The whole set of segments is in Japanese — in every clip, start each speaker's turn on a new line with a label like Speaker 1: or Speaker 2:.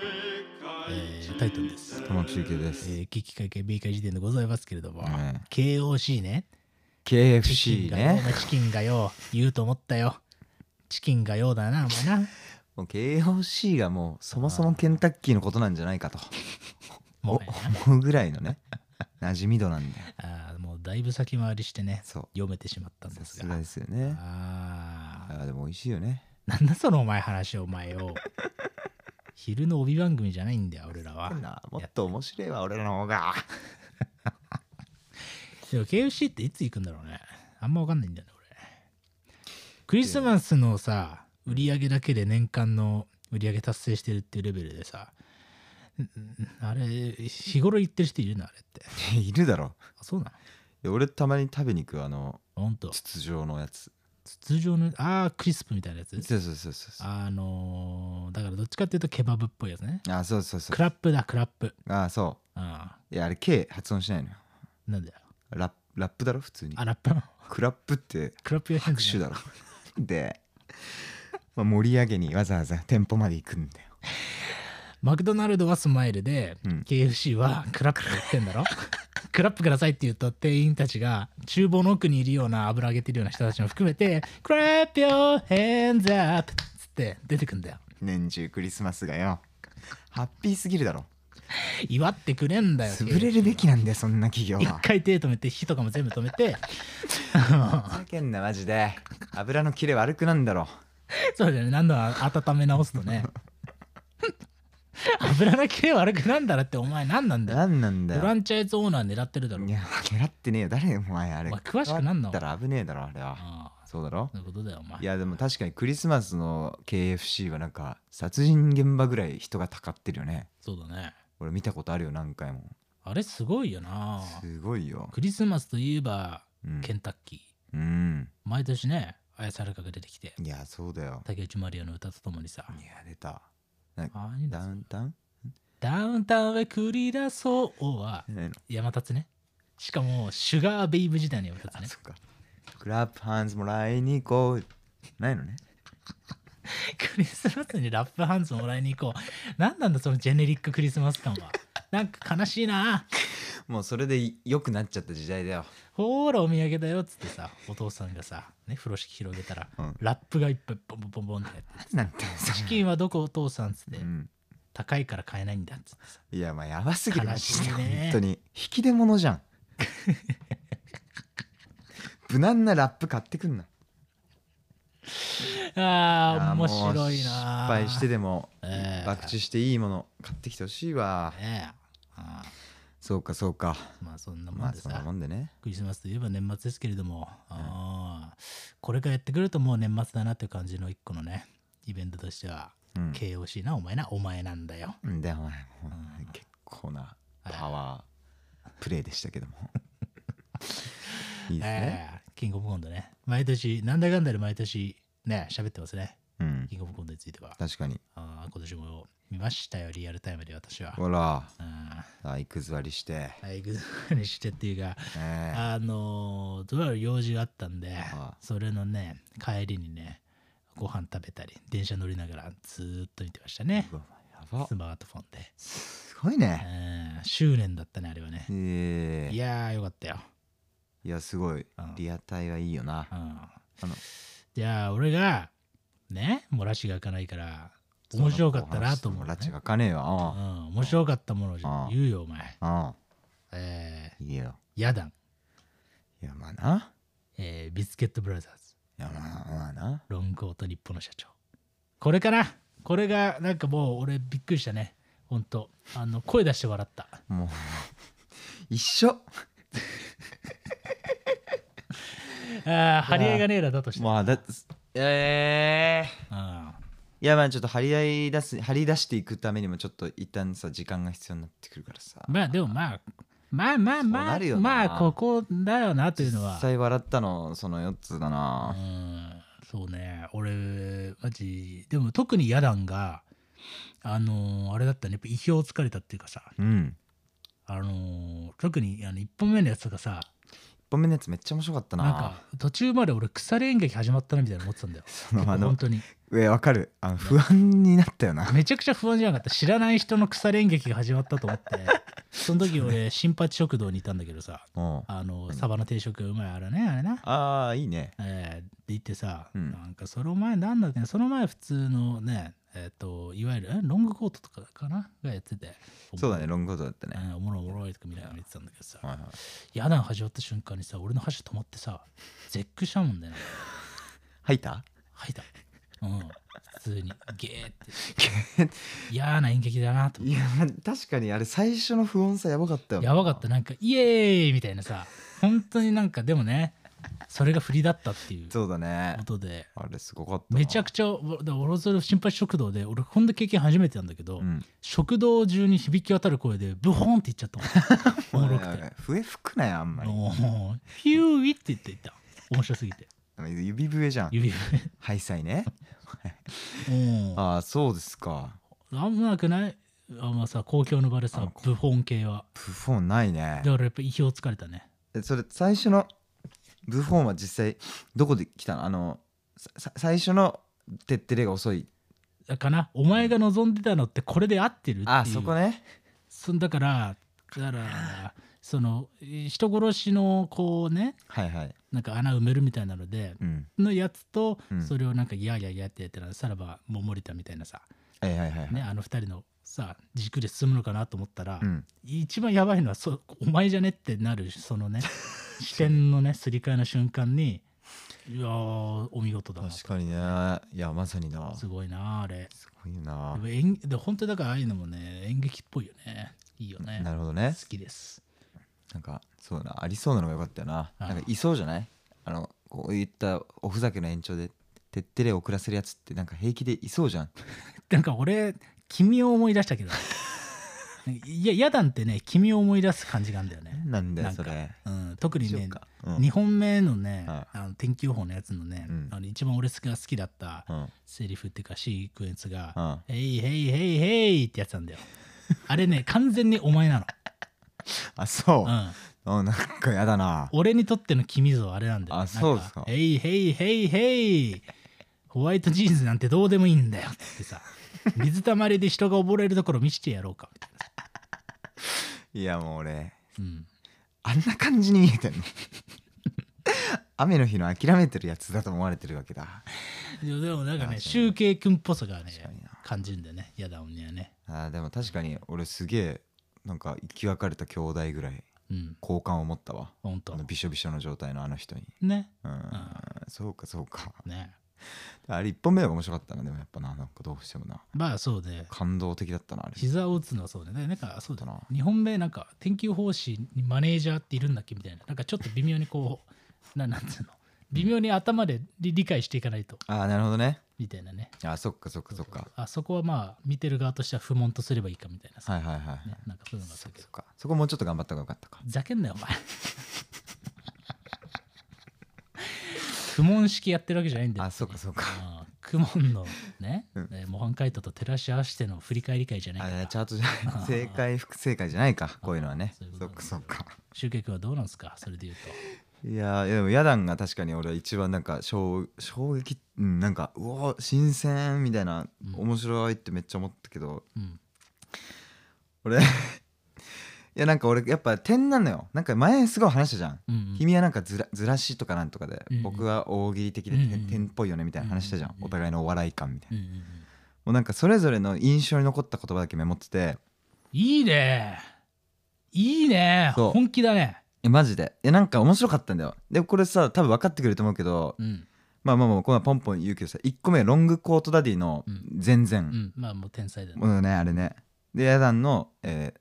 Speaker 1: えータイトルです。
Speaker 2: 玉木周慶で
Speaker 1: え
Speaker 2: す。
Speaker 1: ー、危機開会、米会時点でございますけれども、
Speaker 2: ね
Speaker 1: KOC ね。チキン
Speaker 2: KFC
Speaker 1: がよ、お
Speaker 2: ね。
Speaker 1: 前チキンがよ、言うと思ったよ。チキンがようだな、お前な。
Speaker 2: もう KFC がもうそもそもケンタッキーのことなんじゃないかとお
Speaker 1: もう
Speaker 2: 思うぐらいのね、馴染み度なんだよ。
Speaker 1: あーもうだいぶ先回りしてね、
Speaker 2: そ
Speaker 1: 読めてしまった
Speaker 2: う。
Speaker 1: ん
Speaker 2: さ
Speaker 1: です
Speaker 2: すが
Speaker 1: が。
Speaker 2: ですよね。
Speaker 1: ああ、
Speaker 2: あーでも美味しいよね。
Speaker 1: なんだそのお前話、お前を。昼の帯番組じゃないんだよ、俺らは。
Speaker 2: なもっと面白いわ、俺らの方が。
Speaker 1: でも KFC っていつ行くんだろうねあんま分かんないんだよね俺クリスマスのさ売り上げだけで年間の売り上げ達成してるっていうレベルでさんんあれ日頃行ってる人いるのあれって
Speaker 2: いるだろ。
Speaker 1: あそうな
Speaker 2: で俺たまに食べに行くあの
Speaker 1: のほんと
Speaker 2: 筒状のやつ。
Speaker 1: 通常のああクリスプみたいなやつ
Speaker 2: そうそうそうそうそう。
Speaker 1: あのーだからどっちかっていうとケバブっぽいやつね
Speaker 2: あ、そうそうそう
Speaker 1: ク。ラップだクラップ
Speaker 2: あ、そ
Speaker 1: あ
Speaker 2: う。いや、あれ K 発音しないのよ。
Speaker 1: ーなんだよ
Speaker 2: ラッラップだろ、普通に。
Speaker 1: あラップの
Speaker 2: クラップって
Speaker 1: クラップやってんじ
Speaker 2: 拍
Speaker 1: ゃ
Speaker 2: 手
Speaker 1: ない
Speaker 2: だろ。で、まあ、盛り上げにわざわざ店舗まで行くんだよ。
Speaker 1: マクドナルドはスマイルで、
Speaker 2: うん
Speaker 1: KFC はクラップって言ってんだろ クラップくださいって言うと店員たちが厨房の奥にいるような油揚げてるような人たちも含めて「クラップよ hands up」っつって出てくんだよ
Speaker 2: 年中クリスマスがよ。ハッピーすぎるだろ。
Speaker 1: 祝ってくれんだよ
Speaker 2: 潰れるべきなんだよ、そんな企業
Speaker 1: KFC
Speaker 2: は
Speaker 1: 一。回手止めて火とかも全部止めて
Speaker 2: ふざけんな、マジで。油の切れ悪くなんだろ。
Speaker 1: そうだよね何度も温め直すとね 油の切れ悪くなんだらってお前何なんだよ
Speaker 2: なんなんだ
Speaker 1: フ
Speaker 2: よ
Speaker 1: ラ。ンチャイズオーナー狙ってるだろ
Speaker 2: いや、狙ってねえよ。誰お前あれ。
Speaker 1: お前詳しくなんな
Speaker 2: だったら危ねえだろ、あれは。
Speaker 1: ああ
Speaker 2: そうだろ
Speaker 1: そういうことだよお前
Speaker 2: いや、でも確かにクリスマスの KFC はなんか、殺人現場ぐらい人がたかってるよね。
Speaker 1: そうだね
Speaker 2: 俺見たことあるよ、何回も。
Speaker 1: あれすごいよな
Speaker 2: すごいよ。
Speaker 1: クリスマスといえば
Speaker 2: うん
Speaker 1: ケンタッキー、
Speaker 2: うん。
Speaker 1: 毎年ね綾瀬はるかが出てきて
Speaker 2: いや、そうだよ。
Speaker 1: 竹内まりやの歌とともにさ
Speaker 2: いや、出た。
Speaker 1: あいい
Speaker 2: ダ
Speaker 1: な
Speaker 2: ウンタウン
Speaker 1: ダウンタウンへ繰り出そうは
Speaker 2: じゃないの
Speaker 1: 山立ねしかもシュガーベイブ時代の山立
Speaker 2: あ、
Speaker 1: ね
Speaker 2: そっか。クラップハンズもらいに行こう。ないのね。
Speaker 1: クリスマスにラップハンズもらいに行こう何なんだそのジェネリッククリスマス感はなんか悲しいな
Speaker 2: もうそれで良くなっちゃった時代だよ。
Speaker 1: ほーらお土産だよっつってさお父さんがさね風呂敷広げたら、
Speaker 2: うん
Speaker 1: ラップがいっぱいボンボンボンボンってやって
Speaker 2: なんてさ。
Speaker 1: チキンはどこお父さんっつって、
Speaker 2: うん。
Speaker 1: 高いから買えないんだっつってさ
Speaker 2: いや、まあ、やばすぎる。
Speaker 1: 悲
Speaker 2: マ
Speaker 1: し
Speaker 2: ジ
Speaker 1: いね
Speaker 2: で本当に。引き出物 じゃん。無難なラップ買ってくんな。
Speaker 1: ああ
Speaker 2: あーも
Speaker 1: 面
Speaker 2: う
Speaker 1: 白いな
Speaker 2: 失敗してでも、
Speaker 1: ええ
Speaker 2: 爆打していいもの買ってきてほしいわ。
Speaker 1: ねえあ
Speaker 2: そうか、そうか。
Speaker 1: ーまあそんなも
Speaker 2: ま
Speaker 1: ん
Speaker 2: あ、
Speaker 1: で
Speaker 2: そ
Speaker 1: さ、
Speaker 2: んなもんでね。
Speaker 1: クリスマスといえば年末ですけれども、あーこれからやってくるともう年末だなっていう感じの一個のねイベントとしては、
Speaker 2: うん。
Speaker 1: KOC なお前なお前なんだよ
Speaker 2: うんでお前もう結構なパワープレイでし たけどもいいですね、
Speaker 1: ええキングオブコントね毎年なんだかんだで毎年ね喋ってますね
Speaker 2: うん
Speaker 1: キングオブコントについては
Speaker 2: 確かに
Speaker 1: あー今年も見ましたよリアルタイムで私は
Speaker 2: ほら
Speaker 1: あ
Speaker 2: 体育座りして
Speaker 1: あいくぞにしてっていうか
Speaker 2: ええ
Speaker 1: あのー、とある用事があったんで、
Speaker 2: ああ
Speaker 1: それのね、帰りにね、ご飯食べたり、電車乗りながらずーっと見てましたね
Speaker 2: う。わやば
Speaker 1: スマートフォンで。
Speaker 2: すごいね
Speaker 1: うん執念だったね、あれはね。
Speaker 2: ええ
Speaker 1: いやー、よかったよ。
Speaker 2: いやすごい
Speaker 1: うん
Speaker 2: リアタイはいいよな
Speaker 1: うん
Speaker 2: の
Speaker 1: じゃあ、俺が、ね、もうラシが開かないから、面白かったなと思う、
Speaker 2: そん
Speaker 1: ね
Speaker 2: なこ。と話してもらっちゃかねえわ
Speaker 1: う
Speaker 2: あ
Speaker 1: ん、面白かったものを
Speaker 2: ああ
Speaker 1: 言うよ、お前。
Speaker 2: ああ
Speaker 1: え
Speaker 2: あいいよ
Speaker 1: ー、ヤダン、
Speaker 2: いやまあな
Speaker 1: えービスケットブラザーズ。
Speaker 2: いやまあまあな
Speaker 1: ロングコート日本の社長。これかなこれがなんかもう俺びっくりしたね。ほんと。あの声出して笑った。
Speaker 2: もう 一緒
Speaker 1: ああ、張り合いがねえらだとして。
Speaker 2: まあだえ
Speaker 1: う
Speaker 2: え
Speaker 1: ん
Speaker 2: いやまあちょっと張り合い出す張り出していくためにもちょっと一旦さ時間が必要になってくるからさ
Speaker 1: まあでもまあ、まあまあ
Speaker 2: そう
Speaker 1: まあ
Speaker 2: なる、よな
Speaker 1: まあここだよなというのは
Speaker 2: 実。際笑ったのその4つだ
Speaker 1: う、
Speaker 2: なん
Speaker 1: そうね。俺、マジ、でも特にヤダンが、あのーあれだったね。やっぱ意表をつかれたっていうかさ、
Speaker 2: うん
Speaker 1: あのー特にあの1本目のやつがさ、
Speaker 2: 本目のやつめっちゃ面白かったな
Speaker 1: なんか途中まで俺腐れ演劇始まったなみたいな思ってたんだよ
Speaker 2: そのあの
Speaker 1: 本当に
Speaker 2: えわかるあの不安になったよな
Speaker 1: めちゃくちゃ不安じゃなかった知らない人の腐れ演劇が始まったと思 ってその時俺新八食堂にいたんだけどさ
Speaker 2: おう
Speaker 1: あのサバの定食うまいあれねあれな
Speaker 2: ああいいね
Speaker 1: えー、って言ってさ、
Speaker 2: うん
Speaker 1: なんかその前なんだっけなその前普通のねえっ、といわゆるえロングコートとかかながやってて
Speaker 2: そうだねロングコートだったね
Speaker 1: うんおもろいおもろいとか見ながら見てたんだけどさ、
Speaker 2: はいはい
Speaker 1: 嫌なの始まった瞬間にさ俺の箸止まってさ絶句したもんだよね
Speaker 2: 吐いた
Speaker 1: 吐いたうん普通にゲーって嫌な演劇だなと思っ
Speaker 2: いや確かにあれ最初の不穏さやばかったよ
Speaker 1: て
Speaker 2: な
Speaker 1: やばかったなんかイエーイみたいなさ本当になんかでもねそれが振りだったっていうこ
Speaker 2: そうだね
Speaker 1: とで
Speaker 2: あれすごかったな
Speaker 1: めちゃくちゃだから俺それ心配食堂で俺こんな経験初めてなんだけど、
Speaker 2: うん
Speaker 1: 食堂中に響き渡る声でブホーンって言っちゃった もんおもろく
Speaker 2: おいおいお
Speaker 1: て
Speaker 2: い笛吹くなよあんまり
Speaker 1: もうヒューイって言っていた面白すぎて
Speaker 2: 指笛じゃん
Speaker 1: 指
Speaker 2: ハイサイね
Speaker 1: うん
Speaker 2: ああそうですか
Speaker 1: あんまなくないあまあさ公共の場で
Speaker 2: あ
Speaker 1: さ
Speaker 2: こ
Speaker 1: ブホーン系は
Speaker 2: ブフォーンないね
Speaker 1: だからやっぱ意表をつかれたね
Speaker 2: えそれ最初のブフォーンは実際どこで来たのあのささ最初のてってれが遅い
Speaker 1: だからお前が望んでたのってこれで合ってるっていう
Speaker 2: あそこね
Speaker 1: そんだからだからその人殺しのこうね
Speaker 2: はいはい
Speaker 1: なんか穴埋めるみたいなので
Speaker 2: うん
Speaker 1: のやつと、
Speaker 2: うん
Speaker 1: それをなんかギャーギャーギャーってやってたらさらばもう森田みたいなさ、
Speaker 2: はいはいはいはい、
Speaker 1: ね、あの二人のさ軸で進むのかなと思ったら、
Speaker 2: うん
Speaker 1: 一番やばいのはそうお前じゃねってなるその ね視点のねすり替えの瞬間にいやーお見事だな
Speaker 2: 確かにねいやまさにな
Speaker 1: す
Speaker 2: す
Speaker 1: ごいなあれ
Speaker 2: ごいな
Speaker 1: でも演で本当だからああいうのもね演劇っぽいよねいいよね
Speaker 2: なるほどね
Speaker 1: 好きです
Speaker 2: なんかそうだなありそうなのがよかったよな
Speaker 1: ああ
Speaker 2: なんかいそうじゃないあのこういったおふざけの延長でてってれ遅らせるやつってなんか平気でい そうじゃん
Speaker 1: なんか俺君を思い出したけどいややだんってね君を思い出す感じがあるんだよね、
Speaker 2: なんだよ
Speaker 1: なん
Speaker 2: そ
Speaker 1: か
Speaker 2: れ
Speaker 1: うん、特に
Speaker 2: しよう
Speaker 1: ね
Speaker 2: かうん
Speaker 1: 2本目のね、
Speaker 2: は
Speaker 1: あの天気予報のやつのね、
Speaker 2: うん
Speaker 1: あの一番俺が好きだった
Speaker 2: うんうん
Speaker 1: セリフっていうかシークエンスが
Speaker 2: あ
Speaker 1: 「ヘイヘイヘイヘイ」ってやつなんだよあれね完全にお前なの、
Speaker 2: そ
Speaker 1: う、
Speaker 2: う
Speaker 1: ん、
Speaker 2: あなんかやだな
Speaker 1: 俺にとっての君像はあれなんだよ
Speaker 2: あそうですか
Speaker 1: なんヘイヘイヘイヘイホワイトジーンズなんてどうでもいいんだよ」ってさ水たまりで人が溺れるところ見せてやろうかみたい
Speaker 2: いやもう俺
Speaker 1: な、うん、
Speaker 2: あんな感じに見えてんの 雨の日の諦めてるやつだと思われてるわけだ
Speaker 1: いやでもなんかね
Speaker 2: あそう
Speaker 1: 集計君っぽさがね
Speaker 2: 確かにな
Speaker 1: 感じるんだよねやだおにはね
Speaker 2: あーでも確かに俺すげえなんか生き別れた兄弟ぐらい
Speaker 1: うん
Speaker 2: 好感を持ったわ
Speaker 1: ほん
Speaker 2: あ
Speaker 1: と
Speaker 2: のびしょびしょの状態のあの人に
Speaker 1: ね
Speaker 2: うん、
Speaker 1: ん
Speaker 2: そうかそうか
Speaker 1: ね
Speaker 2: あれ一本目が面白かったなでもやっぱななんかどうしてもな
Speaker 1: まあそうで
Speaker 2: 感動的だったなあれ
Speaker 1: 膝を打つのはそうだね。なんかそうだ
Speaker 2: だ
Speaker 1: な
Speaker 2: な。
Speaker 1: 2本目なんか天気予報士にマネージャーっているんだっけみたいな。なんかちょっと微妙にこう、な なんつうの。微妙に頭で理理解していかないと
Speaker 2: ああなるほどね
Speaker 1: みたいなね。
Speaker 2: あーそっかそっかそっか
Speaker 1: あそこはまあ見てる側としては不問とすればいいかみたいなさ。
Speaker 2: はいはいはい、
Speaker 1: ね、なんかそういうのがあっ
Speaker 2: そ
Speaker 1: た
Speaker 2: っ
Speaker 1: けど
Speaker 2: かそ。っかそこもうちょっと頑張った方がよかったか
Speaker 1: ふざけんなよお前。 不問式やってるわけじゃないんだよ。
Speaker 2: あそうかそうか
Speaker 1: ああ公文のね、
Speaker 2: うん
Speaker 1: えー模範解答と照らし合わせての振り返り会じゃない
Speaker 2: あ
Speaker 1: か
Speaker 2: いや
Speaker 1: ら
Speaker 2: チャートじゃ ない正解副正解じゃないかこういうのはね
Speaker 1: そういうこ
Speaker 2: そ
Speaker 1: と
Speaker 2: っかそっか
Speaker 1: 集計君はどうなんですかそれで言うと。
Speaker 2: いやーでもヤダンが確かに俺は一番なんか衝衝撃うんなんかうおー新鮮みたいな
Speaker 1: うん
Speaker 2: 面白いってめっちゃ思ったけど、
Speaker 1: うん
Speaker 2: 俺 いやなんか俺やっぱ点なのよなんか前すごい話したじゃん、
Speaker 1: うんうん
Speaker 2: 君はなんかずらずらしとかなんとかで、
Speaker 1: うんうん
Speaker 2: 僕は大喜利的で
Speaker 1: うんうん
Speaker 2: 点,、点っぽいよねみたいな話したじゃん、
Speaker 1: うんうんうん
Speaker 2: お互いのお笑い感みたいな、
Speaker 1: うんうんうん
Speaker 2: もうなんかそれぞれの印象に残った言葉だけメモってて
Speaker 1: いいねいいね
Speaker 2: そう
Speaker 1: 本気だね
Speaker 2: えマジでえなんか面白かったんだよでこれさ多分分かってくれると思うけど
Speaker 1: うん
Speaker 2: まあまあまあこのポンポン言うけどさ1個目ロングコートダディの
Speaker 1: うん
Speaker 2: 全
Speaker 1: う
Speaker 2: 然、
Speaker 1: んまあもう天才だね
Speaker 2: もうねあれねでヤダンの、えー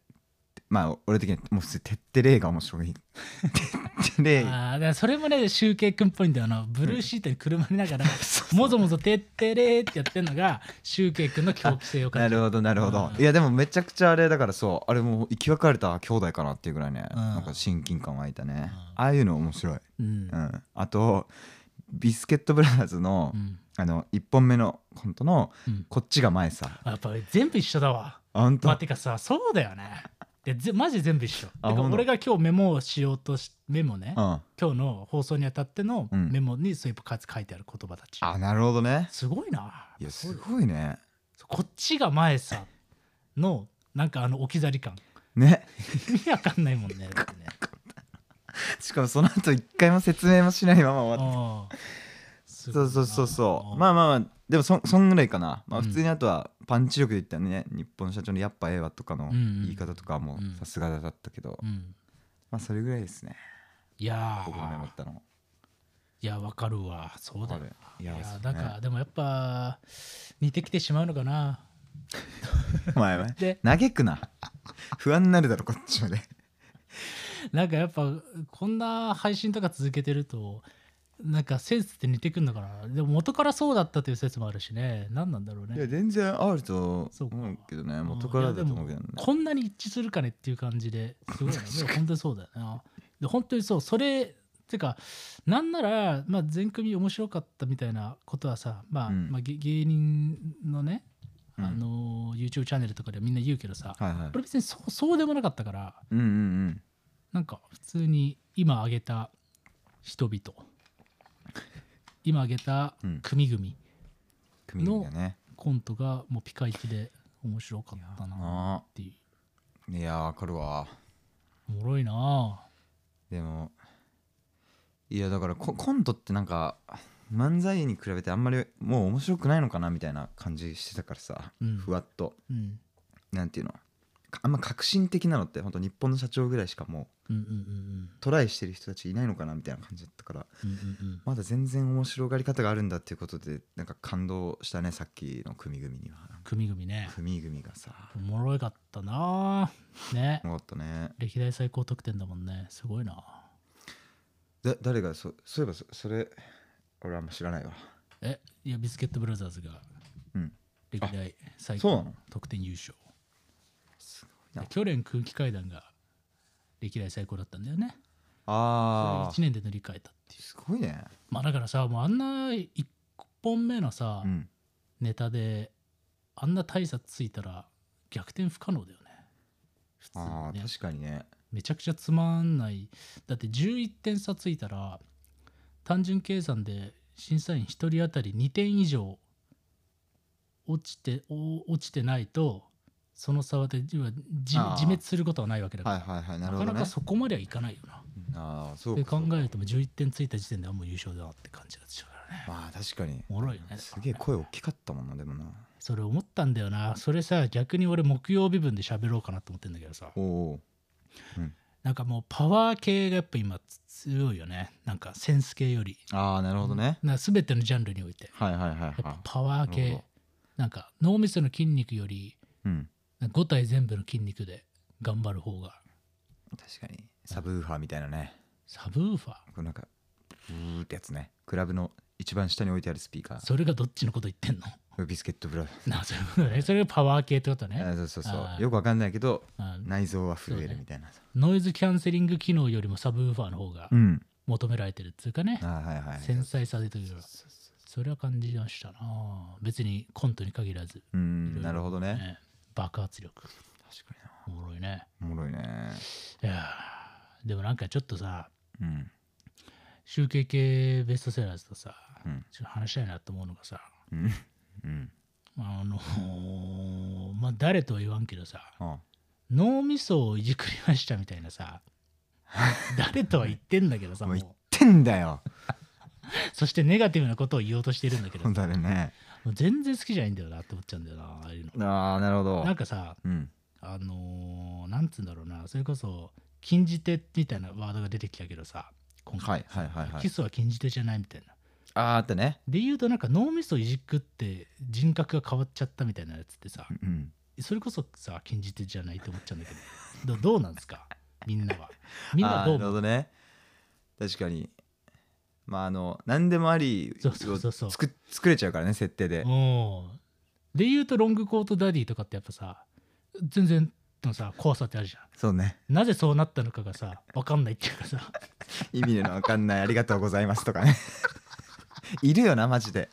Speaker 2: まあ俺的にはもう普通にてってれーが面白いてってれー
Speaker 1: あーだからそれもね集計君っぽいんだよなブルーシートにくるまりながら
Speaker 2: そうそう
Speaker 1: もぞもぞてってれーってやってんのが集計君の狂気性を
Speaker 2: な
Speaker 1: 感じ
Speaker 2: る
Speaker 1: る
Speaker 2: ほどなるほど
Speaker 1: うん
Speaker 2: いやでもめちゃくちゃあれだからそうあれもう生き別れた兄弟かなっていうぐらいね、
Speaker 1: うん
Speaker 2: なんか親近感湧いたね、
Speaker 1: うん
Speaker 2: ああいうの面白い、
Speaker 1: うん
Speaker 2: うん、あとビスケットブラザーズの、
Speaker 1: うん
Speaker 2: あの1本目のコントの
Speaker 1: うん
Speaker 2: こっちが前さ
Speaker 1: やっぱり全部一緒だわ
Speaker 2: あほんと
Speaker 1: まあてかさそうだよねでぜマジ全部一緒
Speaker 2: あ
Speaker 1: だから
Speaker 2: ほんと
Speaker 1: 俺が今日メモをしようとしメモね、
Speaker 2: うん
Speaker 1: 今日の放送にあたっての
Speaker 2: うん
Speaker 1: メモにそういうかつ書いてある言葉たち、
Speaker 2: あなるほどね
Speaker 1: すごいない
Speaker 2: やすごいね
Speaker 1: こっちが前さのなんかあの置き去り感
Speaker 2: ね
Speaker 1: 意味わかんないもんねだってね
Speaker 2: しかもその後一回も説明もしないまま終わっ
Speaker 1: ああ
Speaker 2: たそうそうそうそうま
Speaker 1: ま
Speaker 2: あ
Speaker 1: あ
Speaker 2: まあまあでもそそんぐらいかな、まあ、
Speaker 1: うん
Speaker 2: 普通にあとはパンチ力で言ったらね、日本の社長の「やっぱええわ」とかの
Speaker 1: うんうん
Speaker 2: 言い方とかはも
Speaker 1: うん
Speaker 2: うさすがだったけど、
Speaker 1: うん
Speaker 2: まあそれぐらいですね
Speaker 1: いや
Speaker 2: 僕のメモっ
Speaker 1: ー
Speaker 2: たの
Speaker 1: いやわかるわそうだよ
Speaker 2: わか
Speaker 1: い
Speaker 2: るいや
Speaker 1: や
Speaker 2: そうね
Speaker 1: なんかでもやっぱ似てきてしまうのかな
Speaker 2: お前は
Speaker 1: で
Speaker 2: 嘆くな 不安になるだろこっちまで
Speaker 1: なんかやっぱこんな配信とか続けてるとなんかセンスって似てくんのかなでも元からそうだったという説もあるしね何なんだろう
Speaker 2: い や
Speaker 1: ね
Speaker 2: 全然あると
Speaker 1: そうか
Speaker 2: 思うけどね元からだと思うけ
Speaker 1: いや
Speaker 2: どね
Speaker 1: でもこんなに一致するかねっていう感じですごいな でも本当にそうだよなで本当にそうそれてかなんなら、まあ、全組面白かったみたいなことはさ、まあ
Speaker 2: うん
Speaker 1: まあ、げ芸人のね、
Speaker 2: うん
Speaker 1: あの YouTube チャンネルとかではみんな言うけどさ、
Speaker 2: はいはい
Speaker 1: 俺別にそうそうでもなかったから
Speaker 2: うんうんうん
Speaker 1: なんか普通に今挙げた人々今挙げた
Speaker 2: うん
Speaker 1: 組々
Speaker 2: 組みだね
Speaker 1: コントがもうピカイチで面白かったな
Speaker 2: あ
Speaker 1: っていう
Speaker 2: ーいやーわかるわ
Speaker 1: おもろいなあ
Speaker 2: でもいやだからココントってなんか漫才に比べてあんまりもう面白くないのかなみたいな感じしてたからさ、
Speaker 1: うん
Speaker 2: ふわっと
Speaker 1: うん
Speaker 2: なんていうのかあんま革新的なのって本当日本の社長ぐらいしかも
Speaker 1: うんうんうん
Speaker 2: うトライしてる人たちいないのかなみたいな感じだったから
Speaker 1: うんうんうんうん
Speaker 2: まだ全然面白がり方があるんだっていうことでなんか感動したねさっきの組組には
Speaker 1: 組々ね
Speaker 2: 組組がさ
Speaker 1: おもろいかったなあね
Speaker 2: よかったね
Speaker 1: 歴代最高得点だもんねすごいな
Speaker 2: だ誰がそそういえばそそれ俺あんま知らないわ
Speaker 1: えいやビスケットブラザーズが
Speaker 2: うん
Speaker 1: 歴代最
Speaker 2: そう
Speaker 1: 高
Speaker 2: なの
Speaker 1: 得点優勝
Speaker 2: すごいな
Speaker 1: 去年空気階段が歴代最高だったんだよね
Speaker 2: あ
Speaker 1: 1年で塗り替えたっていう
Speaker 2: すごいね
Speaker 1: まあだからさもうあんな1本目のさ、
Speaker 2: うん
Speaker 1: ネタであんな大差ついたら逆転不可能だよね普通
Speaker 2: あ
Speaker 1: に
Speaker 2: ー
Speaker 1: ね
Speaker 2: 確かにね
Speaker 1: めちゃくちゃつまんないだって11点差ついたら単純計算で審査員1人当たり2点以上落ちてお落ちてないとその差はで要は自
Speaker 2: あー
Speaker 1: 自滅することはないわけだから、
Speaker 2: はいはいはいな
Speaker 1: な
Speaker 2: るほど
Speaker 1: かなか
Speaker 2: ね
Speaker 1: そこまではいかないよな
Speaker 2: ああそ
Speaker 1: で
Speaker 2: うか
Speaker 1: 考
Speaker 2: そうか
Speaker 1: えるともう11点ついた時点ではもう優勝だなって感じだったからね
Speaker 2: まあ確かに
Speaker 1: おもろいよね
Speaker 2: すげえ声大きかったもんなでもな
Speaker 1: それ思ったんだよなそれさ逆に俺木曜日分で喋ろうかなと思ってんだけどさ
Speaker 2: おお
Speaker 1: なんかもうパワー系がやっぱ今強いよねなんかセンス系より
Speaker 2: ああなるほどね
Speaker 1: な全てのジャンルにおいて
Speaker 2: はいはいはい
Speaker 1: やっぱ
Speaker 2: は
Speaker 1: パワー
Speaker 2: なる
Speaker 1: 系
Speaker 2: ほ
Speaker 1: なんか脳みその筋肉より
Speaker 2: いうん
Speaker 1: 5体全部の筋肉で頑張る方が
Speaker 2: 確かにサブウーファーみたいなね
Speaker 1: サブウーファー
Speaker 2: こうなんかブーってやつねクラブの一番下に置いてあるスピーカー
Speaker 1: それがどっちのこと言ってんの
Speaker 2: ビスケットブラザ
Speaker 1: なそういうことねそれがパワー系ってことね
Speaker 2: ーズあそうそうそ
Speaker 1: あー
Speaker 2: うよくわかんないけど
Speaker 1: うん
Speaker 2: 内臓は震え
Speaker 1: そうね
Speaker 2: るみたいな
Speaker 1: ノイズキャンセリング機能よりもサブウーファーの方が
Speaker 2: うん
Speaker 1: 求められてるっていうかね
Speaker 2: あ、ーはいはい
Speaker 1: 繊細さでというか
Speaker 2: そうそう
Speaker 1: それは感じましたな別にコントに限らず、
Speaker 2: ううんなるほどね
Speaker 1: ね爆発力
Speaker 2: 確か
Speaker 1: おもろいね
Speaker 2: になおもろいね
Speaker 1: いやーでもなんかちょっとさ
Speaker 2: うん
Speaker 1: 集計系ベストセラーズとさ、
Speaker 2: うん
Speaker 1: ちょっと話したいなと思うのがさ
Speaker 2: うんうん
Speaker 1: あのーまあ誰とは言わんけどさ
Speaker 2: あ
Speaker 1: 脳みそをいじくりましたみたいなさ誰とは言ってんだけどさ
Speaker 2: も
Speaker 1: も
Speaker 2: う
Speaker 1: う
Speaker 2: 言ってんだよ
Speaker 1: そしてネガティブなことを言おうとしてるんだけど
Speaker 2: そうだね
Speaker 1: もう全然好きじゃないんだよなって思っちゃうんだよなああいうの
Speaker 2: ああなるほど
Speaker 1: なんかさ
Speaker 2: うん
Speaker 1: あのーなんつうんだろうなそれこそ禁じ手みたいなワードが出てきたけどさ今
Speaker 2: は
Speaker 1: 回
Speaker 2: いはいはいは
Speaker 1: キ
Speaker 2: い
Speaker 1: スは禁じ手じゃないみたいな
Speaker 2: あああったね
Speaker 1: で言うとなんか脳みそいじくって人格が変わっちゃったみたいなやつってさ
Speaker 2: うん
Speaker 1: それこそさ禁じ手じゃないと思っちゃうんだけどどどうなんですかみんなはみんなどう
Speaker 2: あーなる
Speaker 1: 思う
Speaker 2: ほどね確かにまああの何でもあり
Speaker 1: そうそうそうそう
Speaker 2: を作作れちゃうからね設定で
Speaker 1: うんで言うとロングコートダディとかってやっぱさ全然のさ怖さってあるじゃん
Speaker 2: そうね
Speaker 1: なぜそうなったのかがさ分かんないっていうかさ
Speaker 2: 意味のわかんないありがとうございますとかねいるよなマジで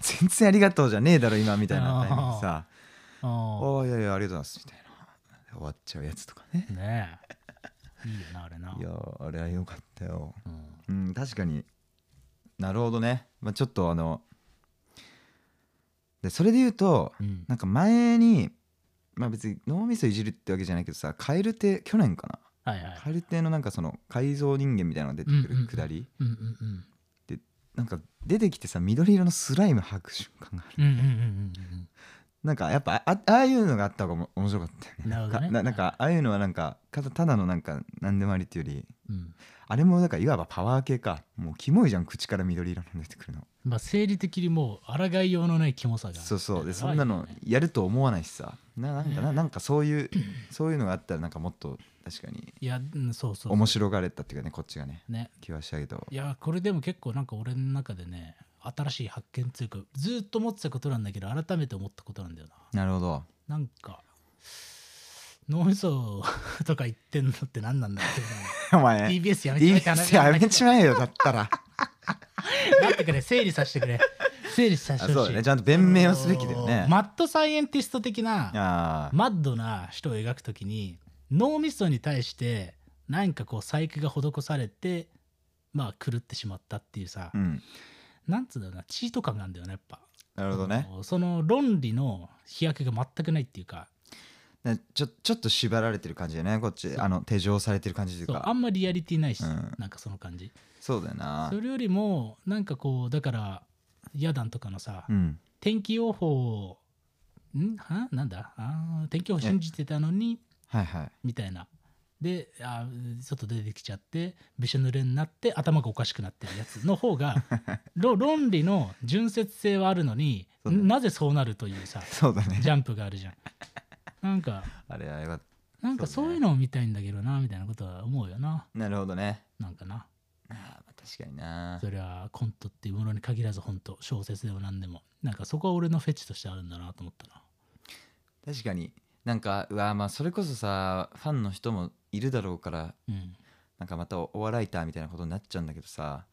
Speaker 2: 全然ありがとうじゃねえだろ今みたいなタイミングでさ
Speaker 1: うん
Speaker 2: おーいやいやありがとうございますみたいな終わっちゃうやつとかね
Speaker 1: ねえいいよなあれない
Speaker 2: やーあれは良かったよ
Speaker 1: うん、
Speaker 2: うん確かになるほどね、まあ、ちょっとあのでそれで言うと
Speaker 1: うん、
Speaker 2: なんか前にまあ別に脳みそいじるってわけじゃないけどさカエル亭去年かな、
Speaker 1: はいはい
Speaker 2: カエル亭のなんかその改造人間みたいなのが出てく
Speaker 1: うんうん
Speaker 2: るくだり、
Speaker 1: うんうん
Speaker 2: なんか出てきてさ緑色のスライム吐く瞬間がある
Speaker 1: うんうんうんうんうん
Speaker 2: なんかやっぱああああいうのがあった方がおも面白かったよね
Speaker 1: なるほどね
Speaker 2: かななんかああいうのはなんかただただのなんか何でもありっていうより
Speaker 1: うんうん
Speaker 2: あれもなんかいわばパワー系かもうキモいじゃん口から緑色の出てくるの
Speaker 1: まあ生理的にもう抗いようのないキモさが
Speaker 2: そうそうで
Speaker 1: やば
Speaker 2: そ
Speaker 1: い
Speaker 2: ん
Speaker 1: よ
Speaker 2: な
Speaker 1: ね
Speaker 2: のやると思わないしさななんかななんかそういうそういうのがあったらなんかもっと確かに
Speaker 1: いやうんそうそう
Speaker 2: 面白がれたっていうかねこっちがね
Speaker 1: ね
Speaker 2: 気はしたけど
Speaker 1: いやこれでも結構なんか俺の中でね新しい発見というかずーっと思ってたことなんだけど改めて思ったことなんだよな
Speaker 2: な るほど
Speaker 1: なんか脳みそとか言ってんのって何なんだっていう
Speaker 2: お
Speaker 1: の
Speaker 2: 前
Speaker 1: TBS やめちまえって話
Speaker 2: DBS やめちまえよだっ たら
Speaker 1: なんてくれ整理させてくれ整理させ
Speaker 2: あ
Speaker 1: てほ
Speaker 2: そう
Speaker 1: し
Speaker 2: だ
Speaker 1: い
Speaker 2: ねちゃんと弁明をすべきだよね
Speaker 1: マッドサイエンティスト的な
Speaker 2: ああ
Speaker 1: マッドな人を描くときに脳みそに対して何かこう細工が施されてまあ狂ってしまったっていうさ、
Speaker 2: うん
Speaker 1: なんつうんだろうなチート感があるんだよねやっぱ
Speaker 2: なるほどね
Speaker 1: あのその論理の飛躍が全くないっていうか
Speaker 2: ねちょちょっと縛られてる感じだよねこっちあの手錠されてる感じという
Speaker 1: そうあ
Speaker 2: か
Speaker 1: んまリアリティないし、
Speaker 2: うん
Speaker 1: なんかその感じ
Speaker 2: そうだよな
Speaker 1: それよりもなんかこうだからヤダンとかのさ、
Speaker 2: うん
Speaker 1: 天気予報をんはなんだあー天気予報信じてたのに
Speaker 2: はいはい
Speaker 1: みたいな。であー外出てきちゃってびしょ濡れになって頭がおかしくなってるやつの方 がろ論理の純説性はあるのに、
Speaker 2: そうね
Speaker 1: なぜそうなるというさ
Speaker 2: そうだね
Speaker 1: ジャンプがあるじゃん。なんか
Speaker 2: あれはよかっ
Speaker 1: なんか
Speaker 2: そう
Speaker 1: そ
Speaker 2: ね
Speaker 1: ういうのを見たいんだけどなみたいなことは思うよな
Speaker 2: たなるほどね
Speaker 1: なんかな
Speaker 2: あーまあ確かにな
Speaker 1: それはコントっていうものに限らず本当小説でも何でもなんかそこは俺のフェチとしてあるんだなと思ったな
Speaker 2: 確かになんかうわーまあそれこそさファンの人もいるだろうから
Speaker 1: うん
Speaker 2: なんかまたおお笑いターみたいなことになっちゃうんだけどさ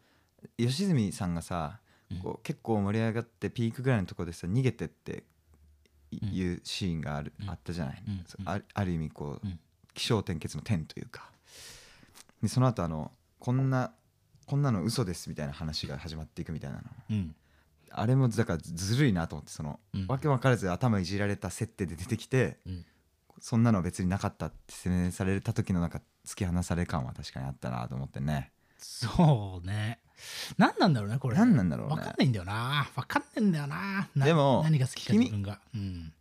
Speaker 2: 吉住さんがさ
Speaker 1: うん
Speaker 2: こう結構盛り上がってピークぐらいのところでさ逃げてってい
Speaker 1: うん
Speaker 2: いうシーンがある、
Speaker 1: うん
Speaker 2: あったじゃない、
Speaker 1: うん
Speaker 2: そうあるある意味こう、
Speaker 1: うん
Speaker 2: 起承転結の点というかでその後あのこんなこんなの嘘ですみたいな話が始まっていくみたいなの
Speaker 1: うん
Speaker 2: あれもだからずるいなと思ってその、
Speaker 1: うん
Speaker 2: わけわからず頭いじられた設定で出てきて、
Speaker 1: うん
Speaker 2: そんなの別になかったって説明された時のなんか突き放され感は確かにあったなと思ってね
Speaker 1: そうね何なんだろうねこれ
Speaker 2: 何なんだろうね
Speaker 1: 分かんないんだよな分かんないんだよなな
Speaker 2: でも
Speaker 1: 何が好きか
Speaker 2: 君
Speaker 1: 自分がうん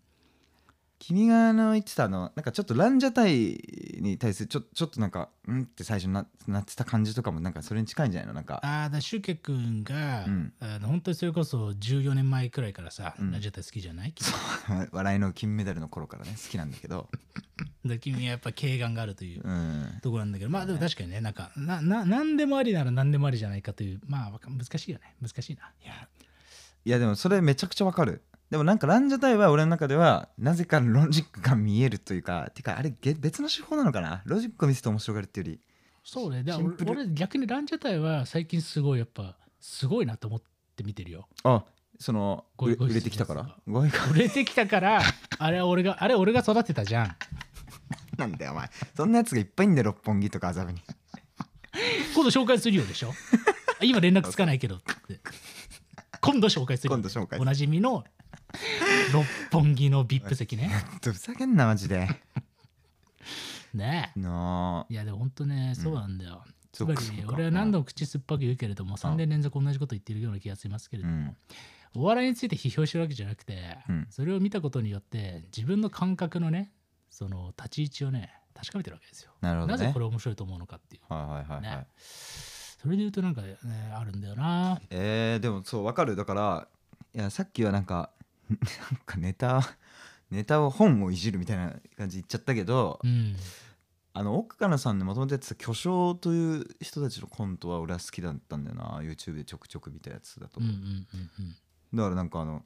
Speaker 2: 君があの言ってたあのなんかちょっとランジャタイに対するちょちょっとなんかうんって最初にななってた感じとかもなんかそれに近いんじゃないのなんか
Speaker 1: ああだからシュウケ君が、
Speaker 2: うん
Speaker 1: あの本当にそれこそ14年前くらいからさ、
Speaker 2: うん
Speaker 1: ラジオ体好きじゃない君
Speaker 2: 笑いの金メダルの頃からね好きなんだけど
Speaker 1: で君はやっぱ軽眼があるという
Speaker 2: うん
Speaker 1: ところなんだけどまあでも確かにねなんかなな何でもありなら何でもありじゃないかというまあわか難しいよね難しいないや
Speaker 2: いやでもそれめちゃくちゃわかるでもなんかランジャタイは俺の中ではなぜかロジックが見えるというかてかあれげ別の手法なのかなロジックを見せて面白がるっていうより
Speaker 1: そうねだか
Speaker 2: シンプ
Speaker 1: ら
Speaker 2: ル
Speaker 1: 俺俺逆にランジャタイは最近すごいやっぱすごいなと思って見てるよ
Speaker 2: あその
Speaker 1: ゴ
Speaker 2: 売
Speaker 1: イ
Speaker 2: れ
Speaker 1: ゴイ
Speaker 2: 売れてきたか
Speaker 1: する
Speaker 2: ら
Speaker 1: や
Speaker 2: ゴイゴイ
Speaker 1: 売れてきたからあれは俺があれ俺が育てたじゃん
Speaker 2: なんだよお前そんなやつがいっぱいいんだよ六本木とか麻布に
Speaker 1: 今度紹介するよでしょ今連絡つかないけどって今度紹介するよ
Speaker 2: 今度紹介する
Speaker 1: おなじみの六本木の VIP 席ね
Speaker 2: ちょっとふざけんなマジで
Speaker 1: ねえ
Speaker 2: の
Speaker 1: いやでも本当ねそうなんだよ、つ
Speaker 2: そう
Speaker 1: ま
Speaker 2: か
Speaker 1: りね
Speaker 2: そうか
Speaker 1: 俺は何度も口酸っぱく言うけれども3年連続同じこと言ってるような気がしますけれ
Speaker 2: う
Speaker 1: ども、
Speaker 2: ん
Speaker 1: お笑いについて批評してるわけじゃなくて、
Speaker 2: うん
Speaker 1: それを見たことによって自分の感覚のねその立ち位置をね確かめてるわけですよ、
Speaker 2: なるほど
Speaker 1: なぜ
Speaker 2: ね
Speaker 1: これ面白いと思うのかっていう
Speaker 2: はいはいはいはい
Speaker 1: ねそれで言うとなんかねあるんだよな
Speaker 2: えー、でもそうわかるだからいやさっきはなんか なんかネタネタを本をいじるみたいな感じ言っちゃったけど、
Speaker 1: うん
Speaker 2: あの奥からさんねもともとやってた巨匠という人たちのコントは俺は好きだったんだよな YouTube でちょくちょく見たやつだと、
Speaker 1: うんうんうんうん
Speaker 2: だからなんかあの